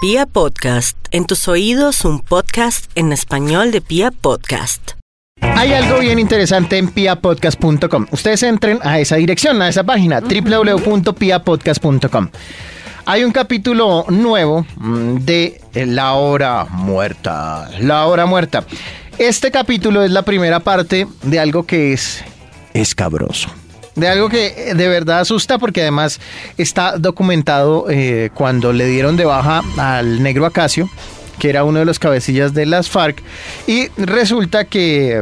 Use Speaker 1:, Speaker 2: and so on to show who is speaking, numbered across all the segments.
Speaker 1: Pia Podcast, en tus oídos un podcast en español de Pia Podcast.
Speaker 2: Hay algo bien interesante en piapodcast.com. Ustedes entren a esa dirección, a esa página, www.piapodcast.com. Hay un capítulo nuevo mm, de La Hora Muerta. La Hora Muerta. Este capítulo es la primera parte de algo que es escabroso. De algo que eh, de verdad asusta porque además está documentado eh, cuando le dieron de baja al negro Acacio, que era uno de los cabecillas de las FARC, y resulta que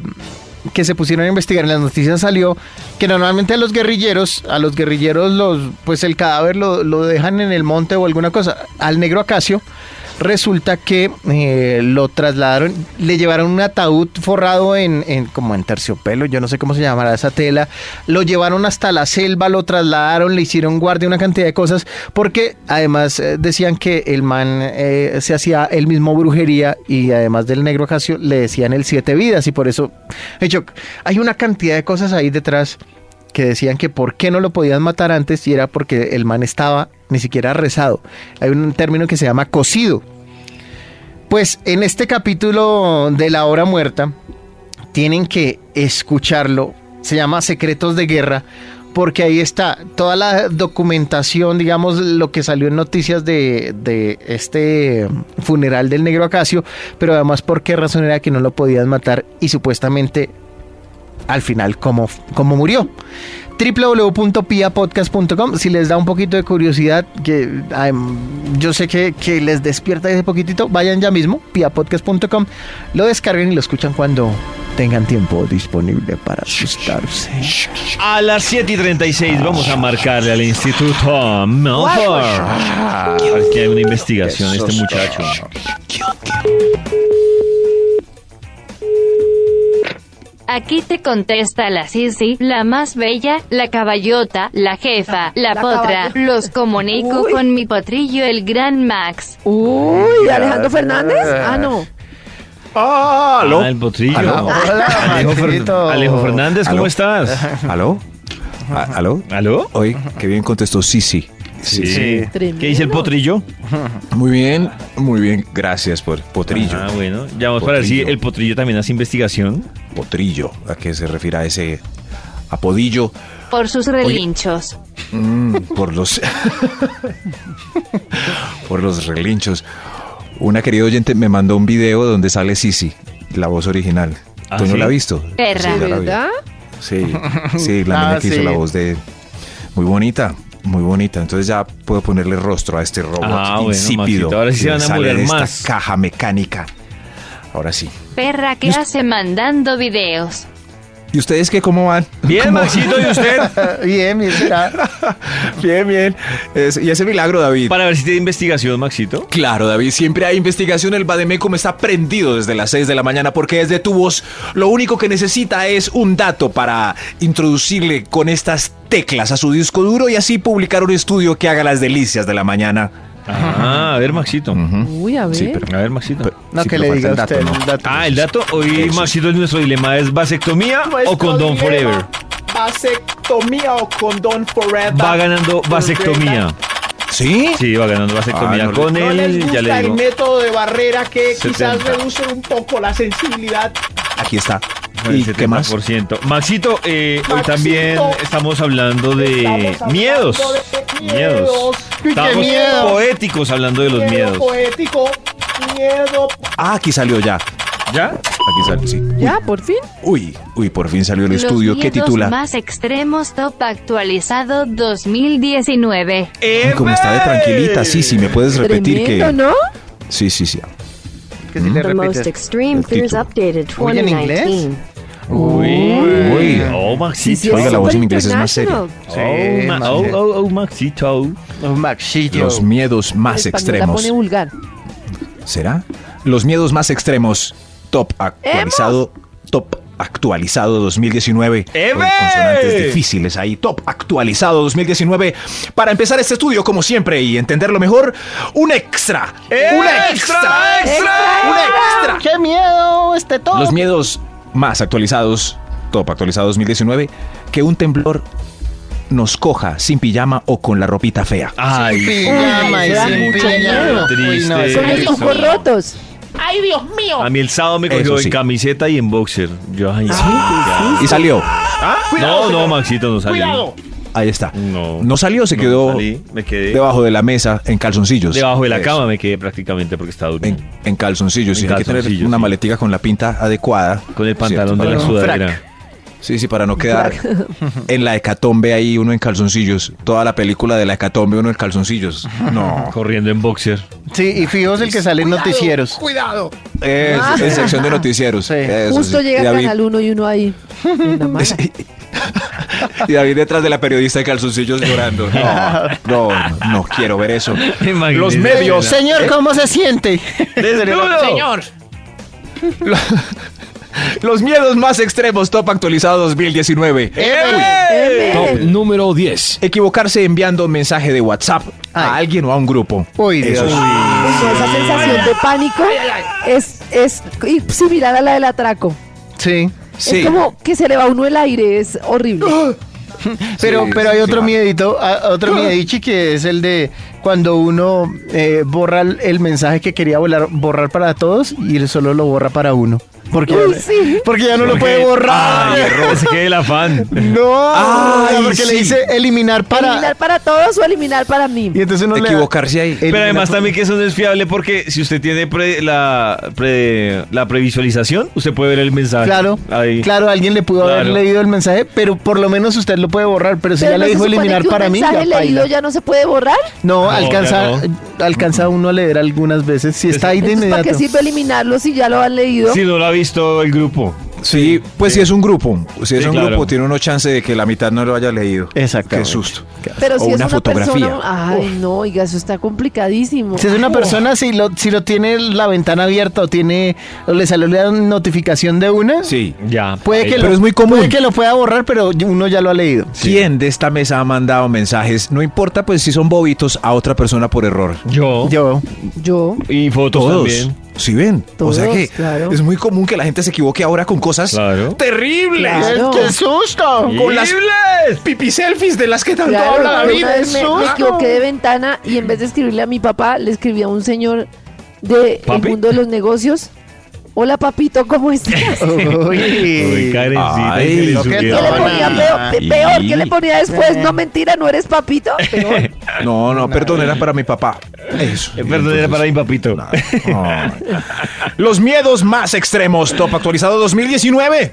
Speaker 2: que se pusieron a investigar, en las noticias salió que normalmente a los guerrilleros, a los guerrilleros los, pues el cadáver lo, lo dejan en el monte o alguna cosa. Al negro Acacio resulta que eh, lo trasladaron, le llevaron un ataúd forrado en, en- como en terciopelo, yo no sé cómo se llamará esa tela, lo llevaron hasta la selva, lo trasladaron, le hicieron guardia, una cantidad de cosas, porque además eh, decían que el man eh, se hacía el mismo brujería y además del negro Acacio le decían el siete vidas y por eso, de hecho, hay una cantidad de cosas ahí detrás que decían que por qué no lo podían matar antes y era porque el man estaba ni siquiera rezado. Hay un término que se llama cocido. Pues en este capítulo de La Hora Muerta tienen que escucharlo. Se llama Secretos de Guerra porque ahí está toda la documentación, digamos, lo que salió en noticias de, de este funeral del negro Acacio, pero además por qué razón era que no lo podían matar y supuestamente al final cómo, cómo murió www.piapodcast.com si les da un poquito de curiosidad que ay, yo sé que, que les despierta ese poquitito vayan ya mismo piapodcast.com lo descarguen y lo escuchan cuando tengan tiempo disponible para asustarse
Speaker 3: A las 7 y 36 vamos a marcarle al Instituto Melford. Aquí hay una investigación, este muchacho.
Speaker 4: Aquí te contesta la Sisi, la más bella, la caballota, la jefa, la, potra. Los comunico
Speaker 5: Uy.
Speaker 4: con mi potrillo el gran Max.
Speaker 5: Uy, Alejandro Fernández. Ah, no.
Speaker 3: Ah, el potrillo.
Speaker 6: Aló.
Speaker 2: Hola,
Speaker 3: Alejo, Fer-
Speaker 2: Maxito.
Speaker 3: Alejo Fernández, ¿cómo
Speaker 6: Aló.
Speaker 3: estás?
Speaker 6: ¿Aló? A- ¿Aló?
Speaker 3: ¿Aló?
Speaker 6: Hoy, qué bien contestó sí, sí. Sí,
Speaker 3: ¿Qué
Speaker 5: Tremendo.
Speaker 3: dice el potrillo?
Speaker 6: Muy bien, muy bien. Gracias por potrillo.
Speaker 3: Ah, bueno. Ya vamos para ver si
Speaker 6: Potrillo.
Speaker 3: el potrillo también hace investigación.
Speaker 6: Potrillo, ¿a qué se refiere a ese apodillo?
Speaker 4: Por sus relinchos.
Speaker 6: Mm, por los. por los relinchos. Una querida oyente me mandó un video donde sale Sisi, la voz original.
Speaker 3: Ah,
Speaker 6: ¿Tú no
Speaker 3: ¿sí?
Speaker 6: la has visto?
Speaker 4: Perra.
Speaker 6: Sí, ya la vi.
Speaker 5: ¿Verdad?
Speaker 6: Sí, sí, la
Speaker 2: Ah,
Speaker 6: niña que hizo
Speaker 2: sí.
Speaker 6: la voz de... Muy bonita, muy bonita. Entonces ya puedo ponerle rostro a este robot
Speaker 3: Ah, bueno,
Speaker 6: insípido.
Speaker 3: Maxito, ahora sí
Speaker 6: que
Speaker 3: se van a
Speaker 6: sale
Speaker 3: enamorar
Speaker 6: de esta
Speaker 3: más.
Speaker 6: caja mecánica. Ahora sí.
Speaker 4: Perra que hace mandando videos.
Speaker 6: ¿Y ustedes qué? ¿Cómo van?
Speaker 3: Bien,
Speaker 6: ¿Cómo van?
Speaker 3: Maxito, ¿y usted?
Speaker 2: Ah, bien bien será.
Speaker 6: bien, bien. Es- y ese milagro, David.
Speaker 3: Para ver si tiene investigación, Maxito.
Speaker 6: Claro, David, siempre hay investigación. El Bademecum está prendido desde las 6 de la mañana porque es de tu voz. Lo único que necesita es un dato para introducirle con estas teclas a su disco duro y así publicar un estudio que haga las delicias de la mañana.
Speaker 3: Ah, a ver, Maxito.
Speaker 5: Uy, a ver.
Speaker 6: Sí, pero-
Speaker 3: A ver, Maxito.
Speaker 2: no
Speaker 6: Sí,
Speaker 2: que
Speaker 6: pero
Speaker 2: le
Speaker 6: falta
Speaker 2: diga
Speaker 6: el dato,
Speaker 2: usted
Speaker 6: ¿no?
Speaker 2: el dato.
Speaker 3: Ah, el dato. Hoy,
Speaker 6: Eso.
Speaker 3: Maxito, nuestro dilema es vasectomía o condón forever.
Speaker 7: vasectomía o condón forever.
Speaker 3: Va ganando vasectomía.
Speaker 6: ¿Sí?
Speaker 3: Sí, va ganando vasectomía
Speaker 6: Ah, no le-
Speaker 3: con
Speaker 7: No
Speaker 3: él.
Speaker 7: les gusta
Speaker 3: ya le
Speaker 7: el
Speaker 3: digo.
Speaker 7: método de barrera que quizás
Speaker 3: 70.
Speaker 7: reduce un poco la sensibilidad.
Speaker 6: Aquí está.
Speaker 3: Con el
Speaker 6: ¿Y qué más?
Speaker 3: 70%. Maxito, eh, hoy
Speaker 7: Maxito,
Speaker 3: también estamos hablando de
Speaker 7: Estamos hablando
Speaker 3: Eh, miedos.
Speaker 7: de
Speaker 3: Miedos.
Speaker 7: miedos.
Speaker 2: Uy, qué
Speaker 3: Estamos
Speaker 2: miedo.
Speaker 3: poéticos hablando de los
Speaker 7: miedo
Speaker 3: miedos.
Speaker 7: poético, miedo.
Speaker 6: Ah, aquí salió ya.
Speaker 3: ¿Ya?
Speaker 6: Aquí salió, sí.
Speaker 5: Ya, por fin.
Speaker 6: Uy, uy, por fin salió el
Speaker 4: Los
Speaker 6: estudio. ¿Qué
Speaker 4: miedos
Speaker 6: titula?
Speaker 4: más extremos top actualizado 2019.
Speaker 6: Uy, como está de tranquilita. Sí, sí, me puedes repetir
Speaker 5: Tremendo,
Speaker 6: que.
Speaker 5: ¿no?
Speaker 6: Sí, sí, sí.
Speaker 2: que si le
Speaker 8: The most
Speaker 2: repites
Speaker 8: extreme
Speaker 6: El
Speaker 8: fears
Speaker 6: título.
Speaker 8: updated
Speaker 2: Oye, ¿en inglés?
Speaker 8: 2019.
Speaker 3: Uy.
Speaker 6: Uy.
Speaker 3: Oh, Maxito.
Speaker 6: Oiga, la voz en inglés es más
Speaker 5: international.
Speaker 6: seria.
Speaker 3: Oh, ma-
Speaker 2: Sí,
Speaker 3: oh,
Speaker 2: Maxito.
Speaker 3: oh, oh, Maxito.
Speaker 2: Maxillo
Speaker 6: Los miedos más
Speaker 5: En español La
Speaker 6: extremos.
Speaker 5: pone vulgar.
Speaker 6: ¿Será? Los miedos más extremos. Top actualizado. Top actualizado 2019.
Speaker 3: ¡Eve!
Speaker 6: Con consonantes difíciles ahí. Top actualizado 2019. Para empezar este estudio, como siempre, y entenderlo mejor, un extra. ¡Un extra! ¡Un extra!
Speaker 2: qué miedo este todo
Speaker 6: Los miedos más actualizados, top actualizado 2019, que un temblor nos coja sin pijama o con la ropita fea.
Speaker 3: Ay,
Speaker 2: Pijama y
Speaker 5: da
Speaker 2: sin
Speaker 5: mucho
Speaker 2: pijama.
Speaker 5: miedo.
Speaker 2: Uy, no,
Speaker 3: Triste.
Speaker 2: eso
Speaker 5: Con
Speaker 2: es-
Speaker 5: los
Speaker 3: Eso.
Speaker 5: ojos rotos.
Speaker 7: ¡Ay, Dios mío!
Speaker 3: a mí el sábado me cogió
Speaker 6: Eso
Speaker 3: en
Speaker 6: sí.
Speaker 3: camiseta y en boxer. Yo, ay, ya.
Speaker 6: Y salió.
Speaker 3: No,
Speaker 7: Cuidado,
Speaker 3: no,
Speaker 7: señor.
Speaker 3: Maxito, no salí.
Speaker 7: ¡Cuidado!
Speaker 6: Ahí está.
Speaker 3: No.
Speaker 6: salió, se
Speaker 3: No,
Speaker 6: quedó
Speaker 3: salí, me quedé.
Speaker 6: debajo de la mesa en calzoncillos.
Speaker 3: Debajo de la
Speaker 6: Eso.
Speaker 3: cama me quedé prácticamente porque estaba durmiendo.
Speaker 6: En, en calzoncillos,
Speaker 3: En
Speaker 6: sí, hay que tener
Speaker 3: calzoncillos,
Speaker 6: una
Speaker 3: sí.
Speaker 6: maletica con la pinta adecuada.
Speaker 3: Con el pantalón
Speaker 6: ¿cierto?
Speaker 3: de la
Speaker 6: Para-
Speaker 3: sudadera.
Speaker 6: Sí, sí, para no quedar en la hecatombe ahí uno en calzoncillos. Toda la película de la hecatombe uno en calzoncillos. No.
Speaker 3: Corriendo en boxer.
Speaker 2: Sí, y fijos el que sale en noticieros.
Speaker 7: ¡Cuidado!
Speaker 6: Es, en sección de noticieros.
Speaker 2: Sí.
Speaker 6: Eso
Speaker 5: Justo
Speaker 6: sí. ¡Eh!
Speaker 5: llega
Speaker 6: Y David-
Speaker 5: Canal 1 y uno ahí. en la mala.
Speaker 6: Y David detrás de la periodista de calzoncillos llorando. No, no, no quiero ver eso.
Speaker 3: Los
Speaker 2: Medio,
Speaker 6: Eh,
Speaker 2: señor, ¿cómo se siente?
Speaker 7: Señor,
Speaker 6: Los miedos más extremos, top actualizado 2019.
Speaker 2: Eh.
Speaker 5: M.
Speaker 8: número 10.
Speaker 6: Equivocarse enviando un mensaje de WhatsApp a
Speaker 2: Ay.
Speaker 6: alguien o a un grupo.
Speaker 2: Uy, Dios.
Speaker 5: Eso, esa sensación de pánico es, es y- similar a la del atraco.
Speaker 2: Sí.
Speaker 6: Sí. Ah.
Speaker 5: Es como que se le va a uno el aire, es horrible.
Speaker 2: Pero,
Speaker 6: Sí,
Speaker 2: pero hay
Speaker 6: sí,
Speaker 2: otro
Speaker 6: sí,
Speaker 2: miedito, a- otro miedichi que es el de cuando uno eh, borra el, el mensaje que quería volar- borrar para todos y él solo lo borra para uno. Porque,
Speaker 5: Uy,
Speaker 2: ya,
Speaker 5: sí.
Speaker 2: porque ya no lo puede borrar.
Speaker 3: Ay, error. Se quedé el afán.
Speaker 2: No,
Speaker 6: Ay,
Speaker 2: porque le
Speaker 6: sí.
Speaker 2: dice eliminar para.
Speaker 5: eliminar para todos o eliminar para mí.
Speaker 2: Y entonces uno le da-
Speaker 6: Equivocarse ahí.
Speaker 2: Eliminar
Speaker 3: Pero además
Speaker 2: para-
Speaker 3: también que eso no es fiable porque si usted tiene pre- la, pre- la previsualización, usted puede ver el mensaje.
Speaker 2: Claro,
Speaker 3: Ahí.
Speaker 2: claro, alguien le pudo haber
Speaker 3: Claro.
Speaker 2: leído el mensaje, pero por lo menos usted lo puede borrar. Pero si
Speaker 5: Pero
Speaker 2: ya
Speaker 5: ¿no
Speaker 2: le
Speaker 5: se
Speaker 2: dijo
Speaker 5: supone
Speaker 2: eliminar
Speaker 5: que un
Speaker 2: para mí, ya
Speaker 5: mensaje leído
Speaker 2: paila.
Speaker 5: ya no se puede borrar?
Speaker 2: No,
Speaker 3: No,
Speaker 2: alcanza,
Speaker 3: ya
Speaker 2: alcanza uno a leer algunas veces. Si está ahí de
Speaker 5: Entonces, ¿Para
Speaker 2: inmediato.
Speaker 5: qué sirve eliminarlo si ya lo han leído?
Speaker 3: Si no lo ha visto el grupo.
Speaker 6: Sí, pues si es un grupo. Si es
Speaker 3: Sí,
Speaker 6: un
Speaker 3: claro.
Speaker 6: grupo, tiene uno chance de que la mitad no lo haya leído.
Speaker 2: Exactamente.
Speaker 6: Qué susto.
Speaker 5: Pero
Speaker 6: o
Speaker 5: si es
Speaker 6: una
Speaker 5: una
Speaker 6: fotografía.
Speaker 5: persona. ah. Ay, no, oiga, eso está complicadísimo.
Speaker 2: Si es una persona, si lo, si lo tiene la ventana abierta o tiene o le salió la notificación de una,
Speaker 6: Sí.
Speaker 3: Ya.
Speaker 2: puede que
Speaker 3: Ahí.
Speaker 6: Pero
Speaker 2: lo,
Speaker 6: es muy común.
Speaker 2: puede que lo pueda borrar, pero uno ya lo ha leído.
Speaker 6: ¿Quién de esta mesa ha mandado mensajes? No importa, pues si son bobitos a otra persona por error.
Speaker 3: Yo.
Speaker 2: Yo.
Speaker 5: Yo.
Speaker 3: Y fotos
Speaker 6: Todos.
Speaker 3: también.
Speaker 6: Sí, ven. o sea
Speaker 5: Todos,
Speaker 6: que
Speaker 5: claro.
Speaker 6: es muy común que la gente se equivoque ahora con cosas
Speaker 3: Claro.
Speaker 7: terrible.
Speaker 5: Claro.
Speaker 2: ¡Qué susto!
Speaker 7: Con las pipi selfies de las que tanto
Speaker 5: Claro,
Speaker 7: habla
Speaker 5: yo
Speaker 7: David.
Speaker 5: una vez me,
Speaker 2: eso,
Speaker 5: me
Speaker 2: claro.
Speaker 5: equivoqué de ventana y en vez de escribirle a mi papá, le escribí a un señor del
Speaker 3: ¿Papi?
Speaker 5: mundo de los negocios. Hola, papito, ¿cómo estás?
Speaker 3: Uy,
Speaker 2: Uy.
Speaker 3: Karencita,
Speaker 6: Ay,
Speaker 3: y se le
Speaker 6: lo
Speaker 2: que
Speaker 3: subió.
Speaker 5: ¿Qué le ponía
Speaker 2: Ay.
Speaker 5: peor? Pe- peor? ¿Qué le ponía después? No, mentira, no eres papito. Peor.
Speaker 6: No, no, perdón, era para mi papá. Eso.
Speaker 3: Eh, Perdón, era para mi papito.
Speaker 6: Ay. Los miedos más extremos, top actualizado 2019.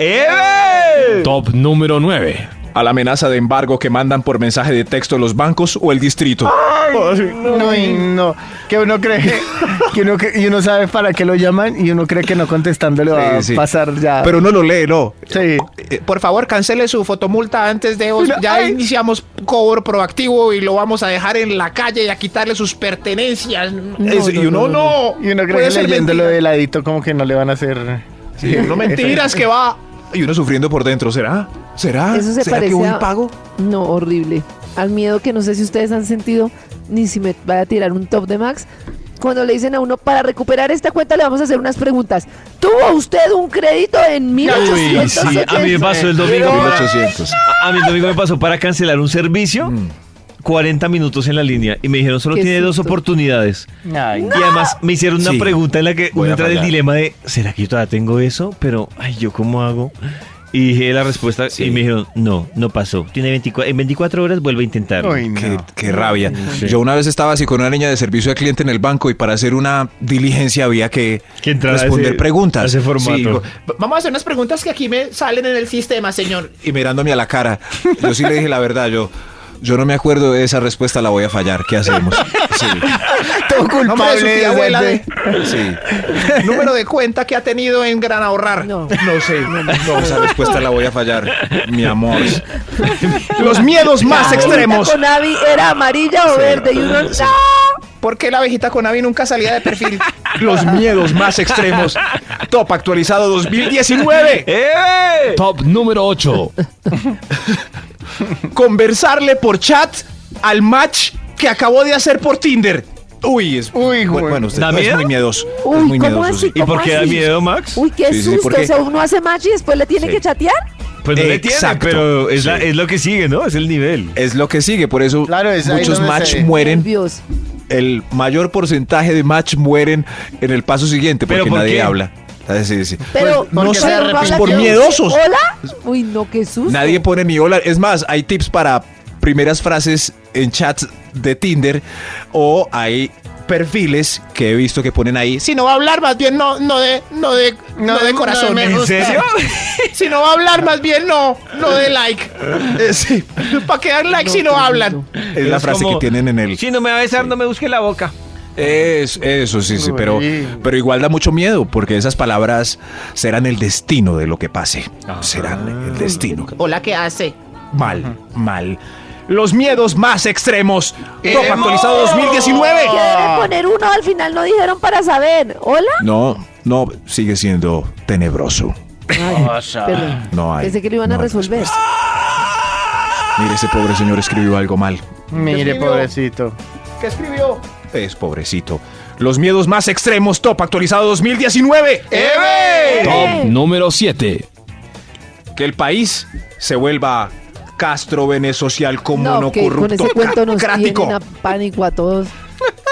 Speaker 8: Top número 9.
Speaker 6: A la amenaza de embargo que mandan por mensaje de texto los bancos o el distrito.
Speaker 2: No, y no. Que uno cree que uno, cre- y uno sabe para qué lo llaman y uno cree que no contestando le va
Speaker 6: Sí, sí.
Speaker 2: a Ah, pasar ya.
Speaker 6: Pero no lo lee, no.
Speaker 2: sí.
Speaker 7: Eh, Por favor, cancele su fotomulta antes de... Ya
Speaker 2: Ay.
Speaker 7: iniciamos cobro proactivo y lo vamos a dejar en la calle y a quitarle sus pertenencias.
Speaker 6: Eso, y uno,
Speaker 7: no.
Speaker 2: Y uno cree
Speaker 7: Puede
Speaker 2: que
Speaker 7: ser
Speaker 2: leyéndolo
Speaker 7: mentira.
Speaker 2: de ladito como que no le van a hacer.
Speaker 6: Sí, uno
Speaker 7: Mentiras que va.
Speaker 6: Y uno sufriendo por dentro, ¿será? ¿Será?
Speaker 5: Eso se
Speaker 6: ¿Será
Speaker 5: parece
Speaker 6: que voy
Speaker 5: a-
Speaker 6: y pago?
Speaker 5: No, horrible. Al miedo que no sé si ustedes han sentido, ni si me vaya a tirar un top de Max. Cuando le dicen a uno, para recuperar esta cuenta le vamos a hacer unas preguntas. ¿Tuvo usted un crédito en
Speaker 3: Uy, sí, a mí me
Speaker 5: 1880?
Speaker 3: pasó el domingo.
Speaker 6: Pero- 1800.
Speaker 3: A mí el domingo me pasó para cancelar un servicio.
Speaker 6: Mm,
Speaker 3: 40 minutos en la línea y me dijeron solo
Speaker 5: Qué
Speaker 3: tiene dos
Speaker 5: susto.
Speaker 3: oportunidades.
Speaker 2: Ay,
Speaker 3: Y además me hicieron una
Speaker 6: Sí.
Speaker 3: pregunta en la que
Speaker 6: Voy
Speaker 3: uno
Speaker 6: a
Speaker 3: entra en el
Speaker 6: fallar.
Speaker 3: dilema de ¿será que yo todavía tengo eso? Pero, ay, ¿yo cómo hago? Y dije la respuesta y me dijeron, no, no pasó. Tiene 24, en 24 horas vuelve a intentarlo.
Speaker 2: Ay, no.
Speaker 6: Qué, qué rabia.
Speaker 3: Sí.
Speaker 6: Yo una vez estaba así con una niña de servicio al cliente en el banco y para hacer una diligencia había que,
Speaker 3: Que entrar a
Speaker 6: responder
Speaker 3: ese-
Speaker 6: preguntas.
Speaker 3: a ese formato.
Speaker 6: digo,
Speaker 7: Vamos a hacer unas preguntas que aquí me salen en el sistema, señor.
Speaker 6: y mirándome a la cara. Yo sí le dije la verdad, yo, yo no me acuerdo de esa respuesta, la voy a fallar. ¿Qué hacemos? Sí.
Speaker 2: Todo
Speaker 7: Nombre de
Speaker 2: culpable
Speaker 7: su tía
Speaker 2: de-
Speaker 7: abuela
Speaker 2: de-
Speaker 7: de-
Speaker 6: sí.
Speaker 7: Número de cuenta que ha tenido en Gran Ahorrar.
Speaker 5: No.
Speaker 7: sé.
Speaker 6: No, esa respuesta la voy a fallar, mi amor. Los miedos más
Speaker 5: La
Speaker 6: extremos.
Speaker 5: hojita con Avi era amarilla o verde y uno "Ah, ¡No!
Speaker 7: ¿Por qué la abejita Conavi nunca salía de perfil?
Speaker 6: Los miedos más extremos. Top actualizado 2019.
Speaker 8: Top número 8.
Speaker 6: Conversarle por chat al match que acabó de hacer por Tinder. Uy, es
Speaker 2: Uy,
Speaker 6: bu-
Speaker 2: güey.
Speaker 6: bueno, usted
Speaker 3: ¿Da
Speaker 6: es
Speaker 3: miedo?
Speaker 6: muy miedoso. es
Speaker 5: Uy,
Speaker 6: muy
Speaker 5: ¿cómo
Speaker 6: miedoso,
Speaker 5: así?
Speaker 6: sí.
Speaker 3: ¿Y
Speaker 5: ¿Cómo
Speaker 3: por qué da
Speaker 5: así?
Speaker 3: miedo, Max?
Speaker 5: Uy, qué
Speaker 6: Sí, sí,
Speaker 5: susto.
Speaker 6: porque-
Speaker 5: O sea, uno hace match y después le tiene
Speaker 6: Sí.
Speaker 5: que chatear.
Speaker 3: Pues no le tiene,
Speaker 6: Exacto,
Speaker 3: pero es, la-
Speaker 6: sí.
Speaker 3: es lo que sigue, ¿no? Es el nivel.
Speaker 6: Es lo que sigue, por eso
Speaker 2: Claro, es ahí
Speaker 6: muchos
Speaker 2: donde
Speaker 6: match
Speaker 2: se-
Speaker 6: mueren. Pues
Speaker 5: Nervios.
Speaker 6: El mayor porcentaje de match mueren en el paso siguiente porque
Speaker 3: ¿Pero por
Speaker 6: nadie
Speaker 3: qué?
Speaker 6: habla. Ah, sí, sí.
Speaker 2: Pues,
Speaker 5: Pero
Speaker 2: porque
Speaker 5: pero
Speaker 2: se
Speaker 5: no
Speaker 2: arrepienten.
Speaker 5: habla
Speaker 6: Por
Speaker 5: que-
Speaker 6: miedosos.
Speaker 5: Hola. Uy, no, qué susto.
Speaker 6: Nadie pone ni hola. Es más, hay tips para primeras frases en chats de Tinder o hay perfiles que he visto que ponen ahí.
Speaker 7: Si no va a hablar, más bien no, no de, no de, no, de corazón.
Speaker 2: me gusta.
Speaker 3: serio?
Speaker 7: Si no va a hablar, más bien no, no de like.
Speaker 6: Eh, sí,
Speaker 7: ¿Para qué dan like si no hablan?
Speaker 6: es la frase
Speaker 3: como,
Speaker 6: que tienen en el...
Speaker 3: Si no me va a besar, no me busque la boca.
Speaker 6: Es, eso sí, sí, pero, pero igual da mucho miedo porque esas palabras serán el destino de lo que pase. Serán el destino.
Speaker 7: Hola, ¿qué hace?
Speaker 6: Mal, mal. Los miedos más extremos. Top actualizado 2019.
Speaker 5: Que debe poner uno al final, no dijeron para saber. Hola.
Speaker 6: No, no, sigue siendo tenebroso.
Speaker 5: Perdón.
Speaker 6: No hay.
Speaker 5: Pensé que lo iban a
Speaker 6: no pues, hay
Speaker 5: resolver.
Speaker 6: respuesta. Mire, ese pobre señor escribió algo mal.
Speaker 2: Mire, pobrecito.
Speaker 7: ¿Qué escribió?
Speaker 6: Es pobrecito. Los miedos más extremos, top actualizado 2019.
Speaker 8: Top número 7.
Speaker 6: Que el país se vuelva Castro Venesocial
Speaker 5: No,
Speaker 6: Común
Speaker 5: que con ese cuento nos
Speaker 6: Crático.
Speaker 5: tienen a pánico a todos.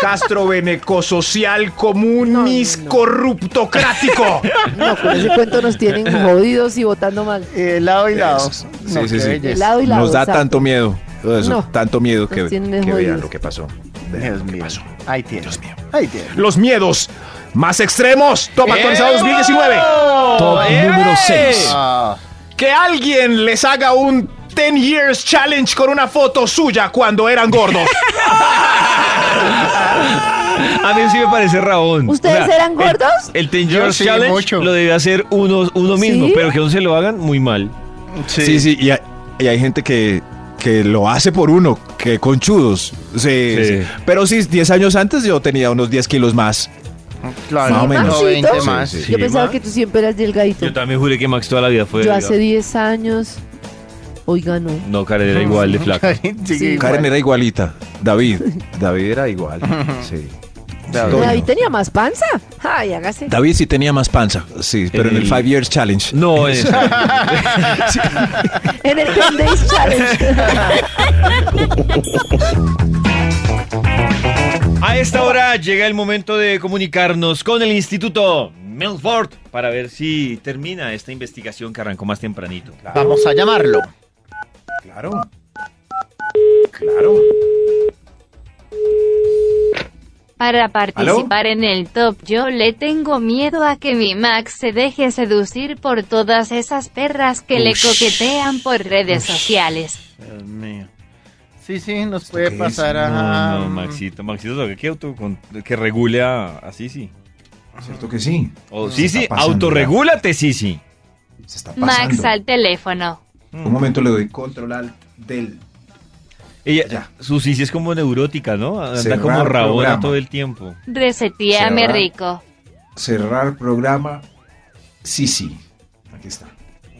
Speaker 6: Castro Venecosocial Comunis Corruptocrático.
Speaker 5: No, con ese cuento nos tienen jodidos y votando mal.
Speaker 2: Eh, lado y lado.
Speaker 6: Sí,
Speaker 2: No,
Speaker 6: sí,
Speaker 2: qué
Speaker 6: sí.
Speaker 5: De
Speaker 2: belleza.
Speaker 5: lado y lado.
Speaker 6: Nos da
Speaker 5: exacto.
Speaker 6: tanto miedo. todo eso,
Speaker 5: ah. No.
Speaker 6: tanto miedo que,
Speaker 5: Nos tienen
Speaker 6: que vean
Speaker 5: jodidos.
Speaker 6: lo que pasó. Vean
Speaker 2: Dios
Speaker 6: lo que
Speaker 2: mío.
Speaker 6: pasó.
Speaker 2: Ahí tiene.
Speaker 6: Dios mío.
Speaker 2: Ahí tiene.
Speaker 6: Los miedos más extremos. Top actualizado 2019.
Speaker 3: ¡Oh,
Speaker 8: Top
Speaker 3: eh!
Speaker 8: número 6.
Speaker 2: Ah,
Speaker 6: Que alguien les haga un 10 years challenge con una foto suya cuando eran gordos.
Speaker 3: A mí sí me parece rabón.
Speaker 5: ¿Ustedes eran gordos?
Speaker 3: El, el Ten
Speaker 2: Yo
Speaker 3: Years
Speaker 2: sí,
Speaker 3: Challenge
Speaker 2: mucho.
Speaker 3: lo debe hacer uno, uno mismo,
Speaker 5: ¿Sí?
Speaker 3: pero que no se lo hagan, muy mal.
Speaker 6: sí, sí, y, hay, y hay gente que, que lo hace por uno, que conchudos. Sí,
Speaker 3: Sí.
Speaker 6: sí. Pero sí, 10 años antes yo tenía unos 10 kilos más.
Speaker 2: claro,
Speaker 6: Más o menos.
Speaker 2: no, 20
Speaker 5: Maxito.
Speaker 2: más.
Speaker 3: Sí, sí.
Speaker 5: Yo pensaba
Speaker 3: ma.
Speaker 5: que tú siempre eras delgadito.
Speaker 3: Yo también juré que Max toda la vida fue.
Speaker 5: Yo
Speaker 3: delgado.
Speaker 5: hace 10 años. Oiga, no.
Speaker 3: No, Karen era igual de flaca.
Speaker 2: Sí,
Speaker 5: Sí.
Speaker 2: igual.
Speaker 6: Karen era igualita. David. David era igual. Sí.
Speaker 2: David.
Speaker 6: Todo.
Speaker 5: David tenía más panza. Ay, hágase.
Speaker 6: David sí tenía más panza, sí, pero en el
Speaker 3: El-
Speaker 6: Five Years Challenge.
Speaker 3: No, es.
Speaker 5: En el Ten Days Challenge.
Speaker 3: A esta hora llega el momento de comunicarnos con el Instituto Milford para ver si termina esta investigación que arrancó más tempranito.
Speaker 2: Vamos a llamarlo.
Speaker 6: Claro. Claro.
Speaker 4: Para participar en el top yo le tengo miedo a que mi Max se deje seducir por todas esas perras que le coquetean por redes sociales.
Speaker 2: Dios mío. Sí, sí, nos puede pasar a.
Speaker 3: No,
Speaker 6: Ah.
Speaker 3: no, Maxito, Maxito, ¿sabe ¿qué auto con- que regule a, a Sisi?
Speaker 6: Cierto que sí.
Speaker 3: O Sisi,
Speaker 6: está pasando,
Speaker 3: autorregúlate, Sisi.
Speaker 6: Se está
Speaker 4: Max al teléfono.
Speaker 6: Un momento le doy control alt del.
Speaker 3: Ella,
Speaker 6: Ya.
Speaker 3: su Sisi es como neurótica, ¿no? Anda
Speaker 6: Cerrar
Speaker 3: como rabona
Speaker 6: programa.
Speaker 3: todo el tiempo.
Speaker 4: Reseteame
Speaker 6: Cerrar.
Speaker 4: rico.
Speaker 6: Cerrar programa. Sí, sí. Aquí está.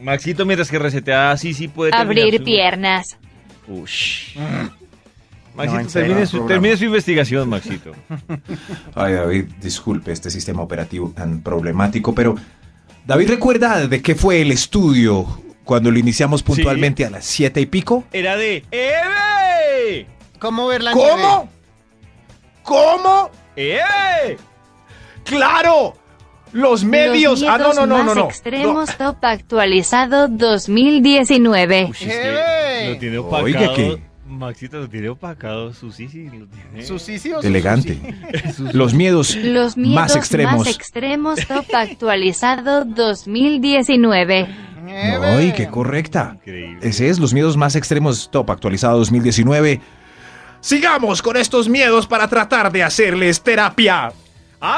Speaker 3: Maxito, mientras que resetea a Sisi, puede terminar
Speaker 4: Abrir
Speaker 3: su-
Speaker 4: piernas.
Speaker 3: Ush.
Speaker 6: Mm.
Speaker 2: No,
Speaker 3: Maxito,
Speaker 2: en serio,
Speaker 3: termine, su,
Speaker 6: programa.
Speaker 3: termine su investigación, Maxito.
Speaker 6: Ay, David, disculpe este sistema operativo tan problemático, pero. David, ¿recuerda de qué fue el estudio cuando lo iniciamos puntualmente a las siete y pico?
Speaker 3: Era de... E ¡Eve!
Speaker 2: ¿Cómo ver la
Speaker 6: ¿Cómo? ¿Cómo?
Speaker 3: ¡Eve!
Speaker 6: ¡Claro! Los medios.
Speaker 4: Los
Speaker 6: ah, no,
Speaker 4: miedos
Speaker 6: no, no, no,
Speaker 4: más
Speaker 6: no.
Speaker 4: extremos top actualizado 2019.
Speaker 3: Ush, es que
Speaker 2: ¡Eve!
Speaker 3: lo tiene opacado.
Speaker 6: Oiga, ¿qué?
Speaker 3: Maxito lo tiene opacado, su Sisi lo tiene...
Speaker 2: ¿Su sí, sí o su
Speaker 6: Elegante.
Speaker 2: sí?
Speaker 6: Los miedos,
Speaker 4: Los miedos
Speaker 6: más extremos.
Speaker 4: extremos top actualizado 2019.
Speaker 6: ¡Ay, qué correcta!
Speaker 3: Increíble.
Speaker 6: Ese es los miedos más extremos top actualizado 2019. Sigamos con estos miedos para tratar de hacerles terapia.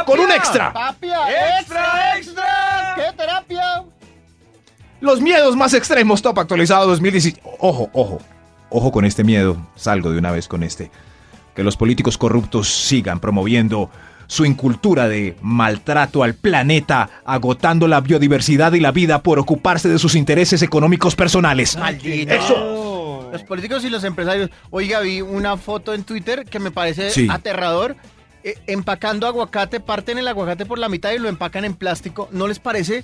Speaker 6: Con un extra.
Speaker 2: ¡Papia!
Speaker 3: ¡Ah, ¡Extra, extra!
Speaker 2: ¡Qué terapia!
Speaker 6: Los miedos más extremos top actualizado 2019. Ojo, ojo. Ojo con este miedo. Salgo de una vez con este. Que los políticos corruptos sigan promoviendo su incultura de maltrato al planeta, agotando la biodiversidad y la vida por ocuparse de sus intereses económicos personales.
Speaker 2: Maldito. Los políticos y los empresarios. Oiga, vi una foto en Twitter que me parece
Speaker 6: Sí.
Speaker 2: aterrador. Eh, empacando aguacate, parten el aguacate por la mitad y lo empacan en plástico. ¿No les parece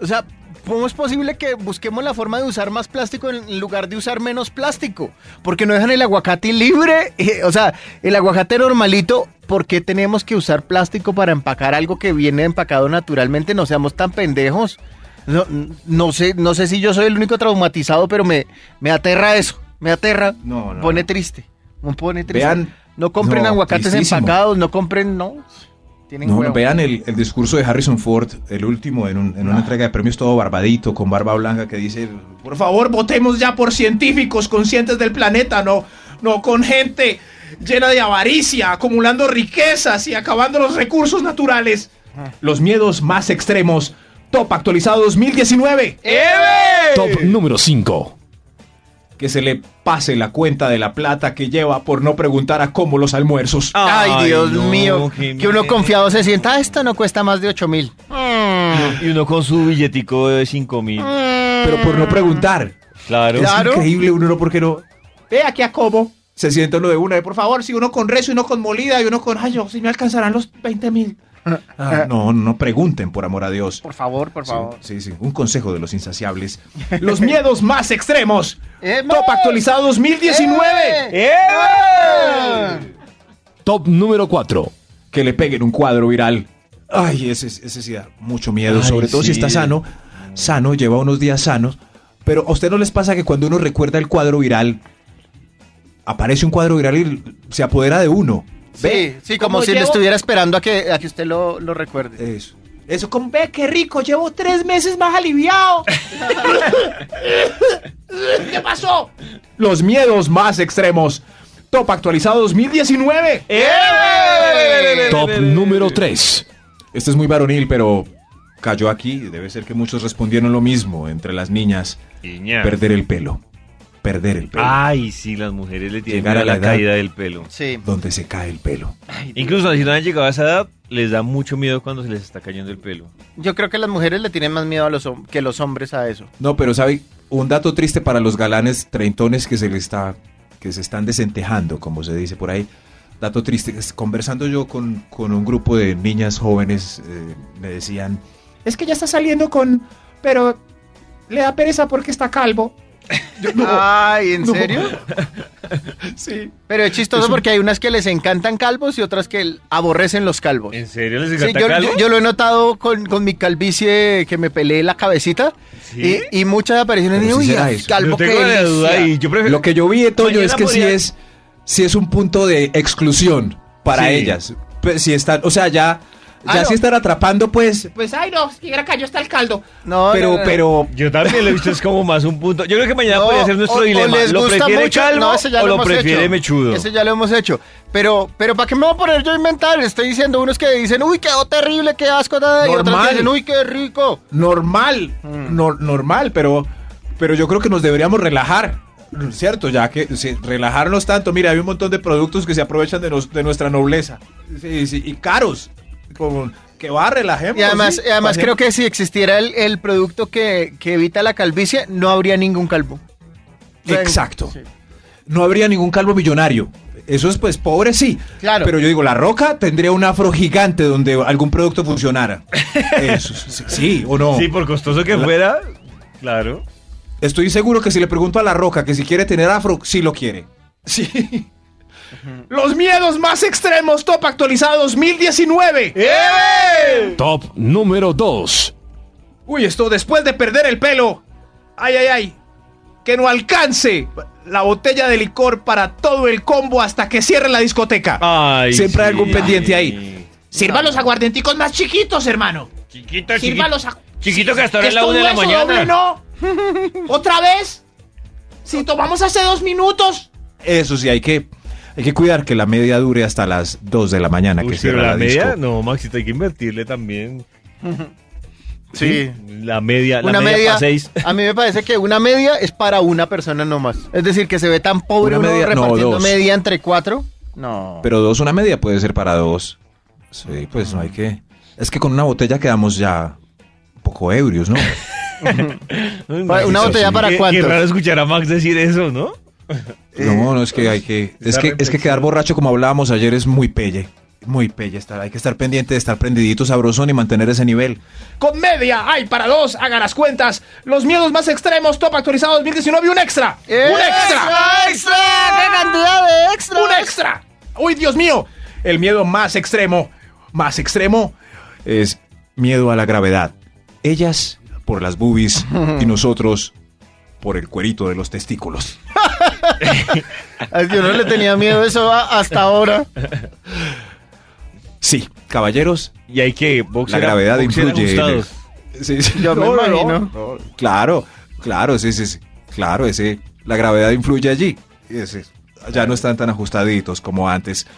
Speaker 2: O sea, ¿cómo es posible que busquemos la forma de usar más plástico en lugar de usar menos plástico? Porque no dejan el aguacate libre, eh, o sea, el aguacate normalito, ¿por qué tenemos que usar plástico para empacar algo que viene empacado naturalmente? No seamos tan pendejos. No, no sé, no sé si yo soy el único traumatizado, pero me, me aterra eso. Me aterra.
Speaker 6: No, no,
Speaker 2: Pone
Speaker 6: no.
Speaker 2: triste. Me pone triste.
Speaker 6: Vean.
Speaker 2: no compren
Speaker 6: No,
Speaker 2: aguacates
Speaker 6: tristísimo.
Speaker 2: empacados, no compren, no. Tienen
Speaker 6: No,
Speaker 2: huevo.
Speaker 6: vean el, el discurso de Harrison Ford, el último, en, un- en una entrega de premios todo barbadito, con barba blanca, que dice,
Speaker 7: Por favor, votemos ya por científicos conscientes del planeta, no, no con gente llena de avaricia, acumulando riquezas y acabando los recursos naturales.
Speaker 6: los miedos más extremos, Top Actualizado 2019,
Speaker 8: Top número 5.
Speaker 6: que se le pase la cuenta de la plata que lleva por no preguntar a cómo los almuerzos.
Speaker 2: Ay, Dios
Speaker 3: no,
Speaker 2: mío.
Speaker 3: qué
Speaker 2: Que uno
Speaker 3: mierda.
Speaker 2: confiado se sienta, "Ah, esto no cuesta más de 8 mil.
Speaker 3: Y uno con su billetico de 5 mil.
Speaker 6: Pero por no preguntar.
Speaker 3: Claro.
Speaker 2: Claro.
Speaker 6: Es increíble uno, no porque no
Speaker 7: Ve aquí a cómo.
Speaker 6: se sienta uno de una de por
Speaker 7: Por favor, si uno con rezo y uno con molida y uno con, ay, yo, si me alcanzarán los 20 mil.
Speaker 6: Ah, no, no pregunten, por amor a Dios.
Speaker 2: Por favor, por favor.
Speaker 6: Sí, sí, un consejo de los insaciables. Los miedos más extremos. Top actualizado 2019.
Speaker 2: ¡Eh!
Speaker 8: Top número 4.
Speaker 6: Que le peguen un cuadro viral. Ay, ese, ese sí da mucho miedo,
Speaker 3: Ay,
Speaker 6: sobre todo
Speaker 3: sí.
Speaker 6: si está sano. Sano, lleva unos días sanos. Pero a usted no les pasa que cuando uno recuerda el cuadro viral, aparece un cuadro viral y se apodera de uno.
Speaker 2: Sí, sí, como
Speaker 7: ¿Cómo
Speaker 2: si le
Speaker 7: llevo?
Speaker 2: estuviera esperando a que, a que usted lo, lo recuerde.
Speaker 6: Eso.
Speaker 7: Eso con, ve, qué rico, llevo tres meses más aliviado. ¿Qué pasó?
Speaker 6: Los miedos más extremos. Top actualizado 2019.
Speaker 8: Top número 3.
Speaker 6: ¡Eh! Este es muy varonil, pero cayó aquí. Debe ser que muchos respondieron lo mismo entre las niñas.
Speaker 3: Iña.
Speaker 6: Perder el pelo. Perder el pelo.
Speaker 3: Ay, sí, las mujeres le tienen
Speaker 6: Llegar a
Speaker 3: miedo a la,
Speaker 6: la edad.
Speaker 3: caída del pelo.
Speaker 2: Sí.
Speaker 6: Donde se cae el pelo.
Speaker 3: Incluso si no han llegado a esa edad, les da mucho miedo cuando se les está cayendo el pelo.
Speaker 2: Yo creo que las mujeres le tienen más miedo a los hom- que los hombres a eso.
Speaker 6: No, pero sabe, un dato triste para los galanes treintones que se le está que se están desentejando, como se dice por ahí. Dato triste, es- conversando yo con, con un grupo de niñas jóvenes, eh, me decían,
Speaker 7: Es que ya está saliendo con, pero le da pereza porque está calvo.
Speaker 2: Ay, ¿en
Speaker 6: No.
Speaker 2: serio?
Speaker 6: sí,
Speaker 2: Pero es chistoso porque hay unas que les encantan calvos y otras que aborrecen los calvos.
Speaker 3: ¿En serio les
Speaker 2: Sí,
Speaker 3: encanta
Speaker 2: yo,
Speaker 3: calvo?
Speaker 2: yo- yo lo he notado con, con mi calvicie que me peleé la cabecita
Speaker 3: ¿Sí?
Speaker 2: y, y muchas apariciones
Speaker 6: Pero
Speaker 2: de
Speaker 6: sí
Speaker 2: uy,
Speaker 6: será
Speaker 2: ay,
Speaker 6: eso.
Speaker 2: calvo
Speaker 3: No
Speaker 2: que
Speaker 3: tengo la duda ahí. Yo prefiero...
Speaker 6: Lo que yo vi de Toño
Speaker 3: Mañana
Speaker 6: es que
Speaker 3: podría-
Speaker 6: sí es, sí es un punto de exclusión para
Speaker 3: Sí.
Speaker 6: ellas. Pe- Si están, o sea, ya, ya
Speaker 2: Ah, no.
Speaker 6: si están atrapando, pues.
Speaker 7: Pues, ay, no, si hubiera cayó hasta el caldo.
Speaker 2: No, no,
Speaker 6: Pero,
Speaker 2: no.
Speaker 6: pero.
Speaker 3: Yo también lo he visto, es como más un punto. Yo creo que mañana
Speaker 2: No,
Speaker 3: podría ser nuestro
Speaker 2: o- o
Speaker 3: dilema.
Speaker 2: les
Speaker 3: ¿Lo
Speaker 2: gusta
Speaker 3: prefiere
Speaker 2: mucho-
Speaker 3: calvo
Speaker 2: no, ese ya
Speaker 3: o lo
Speaker 2: hemos
Speaker 3: prefiere
Speaker 2: hecho.
Speaker 3: mechudo?
Speaker 2: Ese ya lo hemos hecho. Pero, pero ¿para qué me voy a poner yo a inventar? Le Estoy diciendo unos que dicen, uy, quedó terrible, qué asco, nada", y otros
Speaker 6: Normal.
Speaker 2: que dicen, uy, qué rico.
Speaker 6: normal,
Speaker 2: Mm.
Speaker 6: nor- normal, pero, pero yo creo que nos deberíamos relajar. Cierto, ya que sí, relajarnos tanto. Mira, hay un montón de productos que se aprovechan de, nos- de nuestra nobleza. Sí, sí, y caros. Como, que va, relajemos.
Speaker 2: Y además,
Speaker 6: Eh, pues sí,
Speaker 2: y además creo
Speaker 6: pasemos.
Speaker 2: que si existiera el, el producto que, que evita la calvicie, no habría ningún calvo. O sea,
Speaker 6: Exacto. No habría ningún calvo millonario. Eso es, pues, pobre, sí.
Speaker 2: Claro.
Speaker 6: Pero yo digo, La Roca tendría un afro gigante donde algún producto funcionara. Eso, sí, sí, o no.
Speaker 3: Sí, por costoso que
Speaker 6: La-
Speaker 3: fuera, claro.
Speaker 6: Estoy seguro que si le pregunto a La Roca que si quiere tener afro, sí lo quiere. Sí.
Speaker 7: Los miedos más extremos, top actualizado 2019.
Speaker 3: Eh.
Speaker 8: Top número 2.
Speaker 7: Uy, esto después de perder el pelo. Ay, ay, ay. Que no alcance la botella de licor para todo el combo hasta que cierre la discoteca.
Speaker 3: Ay,
Speaker 6: Siempre hay algún
Speaker 3: sí.
Speaker 6: pendiente ahí.
Speaker 7: Sirva los aguardenticos más chiquitos, hermano.
Speaker 3: Chiquito,
Speaker 7: Sirva
Speaker 3: chiquito.
Speaker 7: los a-
Speaker 3: Chiquito que hasta ahora
Speaker 7: que
Speaker 3: es la
Speaker 7: esto
Speaker 3: una de la
Speaker 7: hueso doble
Speaker 3: mañana.
Speaker 7: no. ¿Otra vez? Si tomamos hace dos minutos.
Speaker 6: Eso sí, hay que, hay que cuidar que la media dure hasta las 2 de la mañana.
Speaker 3: Uy,
Speaker 6: que
Speaker 3: pero
Speaker 6: cierra
Speaker 3: la media,
Speaker 6: disco.
Speaker 3: no, Maxito, hay que invertirle también.
Speaker 2: Sí.
Speaker 3: La media, la
Speaker 2: una media,
Speaker 3: pa' seis.
Speaker 2: a mí me parece que una media es para una persona nomás. Es decir, que se ve tan pobre
Speaker 6: Una
Speaker 2: uno
Speaker 6: media- no,
Speaker 2: repartiendo
Speaker 6: dos.
Speaker 2: media entre cuatro. No.
Speaker 6: Pero dos, una media puede ser para dos. Sí, pues no hay que. Es que con una botella quedamos ya un poco ebrios, ¿no?
Speaker 3: Ay,
Speaker 2: Pa- una
Speaker 3: Maxito,
Speaker 2: botella para
Speaker 3: qué- Qué
Speaker 2: cuántos.
Speaker 3: raro escuchar a Max decir eso, ¿no?
Speaker 2: Eh,
Speaker 6: No, no, es que hay que. Es que, es que quedar borracho, como hablábamos ayer, es muy pelle. Muy pelle estar, hay que estar pendiente de estar prendidito sabrosón y mantener ese nivel.
Speaker 7: Comedia hay para dos, hagan las cuentas. Los miedos más extremos, top actualizado 2019 y un extra. ¡Un extra!
Speaker 2: ¡Extra! ¡Qué cantidad de extra!
Speaker 7: ¡Un extra!
Speaker 6: ¡Uy, Dios mío! El miedo más extremo, más extremo, es miedo a la gravedad. Ellas por las boobies y nosotros por el cuerito de los testículos.
Speaker 2: Ay, Yo no le tenía miedo eso a- hasta ahora.
Speaker 6: Sí, caballeros,
Speaker 3: Y hay que
Speaker 6: la
Speaker 3: boxear.
Speaker 6: gravedad
Speaker 3: boxear
Speaker 6: influye. en
Speaker 3: ajustados.
Speaker 6: el- Sí, sí.
Speaker 2: Yo me imagino.
Speaker 6: no. Claro, claro, sí, sí, sí. Claro, ese, la gravedad influye allí. Ese, ya no están tan ajustaditos como antes.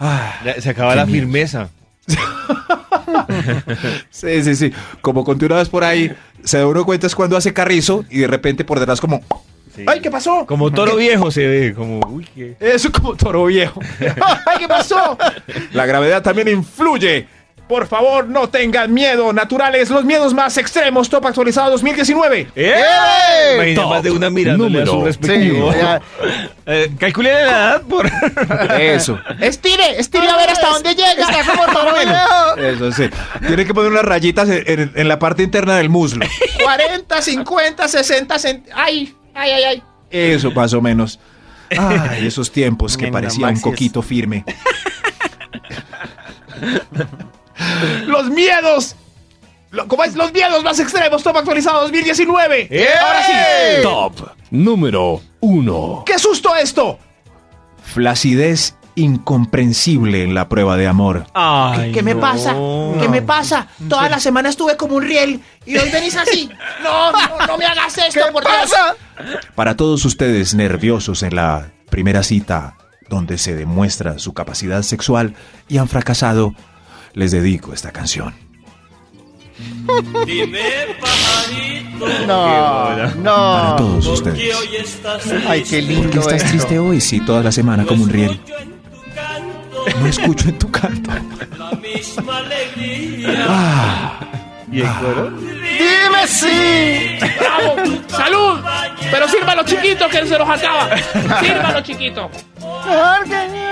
Speaker 6: Ah,
Speaker 3: Ya Se acaba la firmeza.
Speaker 6: sí, sí, sí. Como continuas por ahí, se da uno cuenta es cuando hace carrizo y de repente por detrás como...
Speaker 3: Sí.
Speaker 7: ¡Ay, qué pasó!
Speaker 3: Como toro viejo se ve, como, uy, qué.
Speaker 6: Eso como toro viejo.
Speaker 7: ¡Ay, qué pasó!
Speaker 6: La gravedad también influye.
Speaker 7: Por favor, no tengan miedo, naturales, los miedos más extremos, top actualizado 2019.
Speaker 2: ¡Eh!
Speaker 3: Imagina
Speaker 8: Top
Speaker 3: más de una mirándole a su
Speaker 8: número.
Speaker 3: respectivo.
Speaker 2: Sí, ya.
Speaker 3: Eh, calcule la edad por...
Speaker 6: Eso.
Speaker 7: Estire, estire a ver hasta dónde llega. Está como
Speaker 6: Ah,
Speaker 7: todo
Speaker 6: Eso sí. Tiene que poner unas rayitas en, en- en la parte interna del muslo.
Speaker 7: 40, 50, 60 cent... ¡Ay! ¡Ay, ay, ay!
Speaker 6: Eso más o menos. Ay, esos tiempos que
Speaker 2: Venga,
Speaker 6: parecía un
Speaker 2: Maxi,
Speaker 6: coquito firme.
Speaker 7: ¡Los miedos! Lo- ¿Cómo es? Los miedos más extremos, top actualizado 2019. Ahora sí.
Speaker 8: Top número 1.
Speaker 7: ¡Qué susto esto!
Speaker 6: Flacidez incomprensible en la prueba de amor.
Speaker 3: Ay,
Speaker 7: ¿Qué me
Speaker 3: no.
Speaker 7: pasa? ¿Qué me pasa? Toda la semana estuve como un riel y hoy venís así. No, no, no me hagas esto, por Dios.
Speaker 6: Para todos ustedes nerviosos en la primera cita, donde se demuestra su capacidad sexual y han fracasado, les dedico esta canción.
Speaker 2: No,
Speaker 6: Para
Speaker 2: no.
Speaker 6: todos ustedes.
Speaker 2: Ay, qué lindo.
Speaker 6: ¿Por qué estás
Speaker 2: esto.
Speaker 6: triste hoy si toda la semana como un riel? No escucho en tu canto. Ah.
Speaker 3: ¿Y el cuero?
Speaker 2: Dime sí.
Speaker 7: ¡Bravo! ¡Salud! Pero sírvalo chiquito que se nos acaba. Sírvalo chiquito.
Speaker 2: Jorge.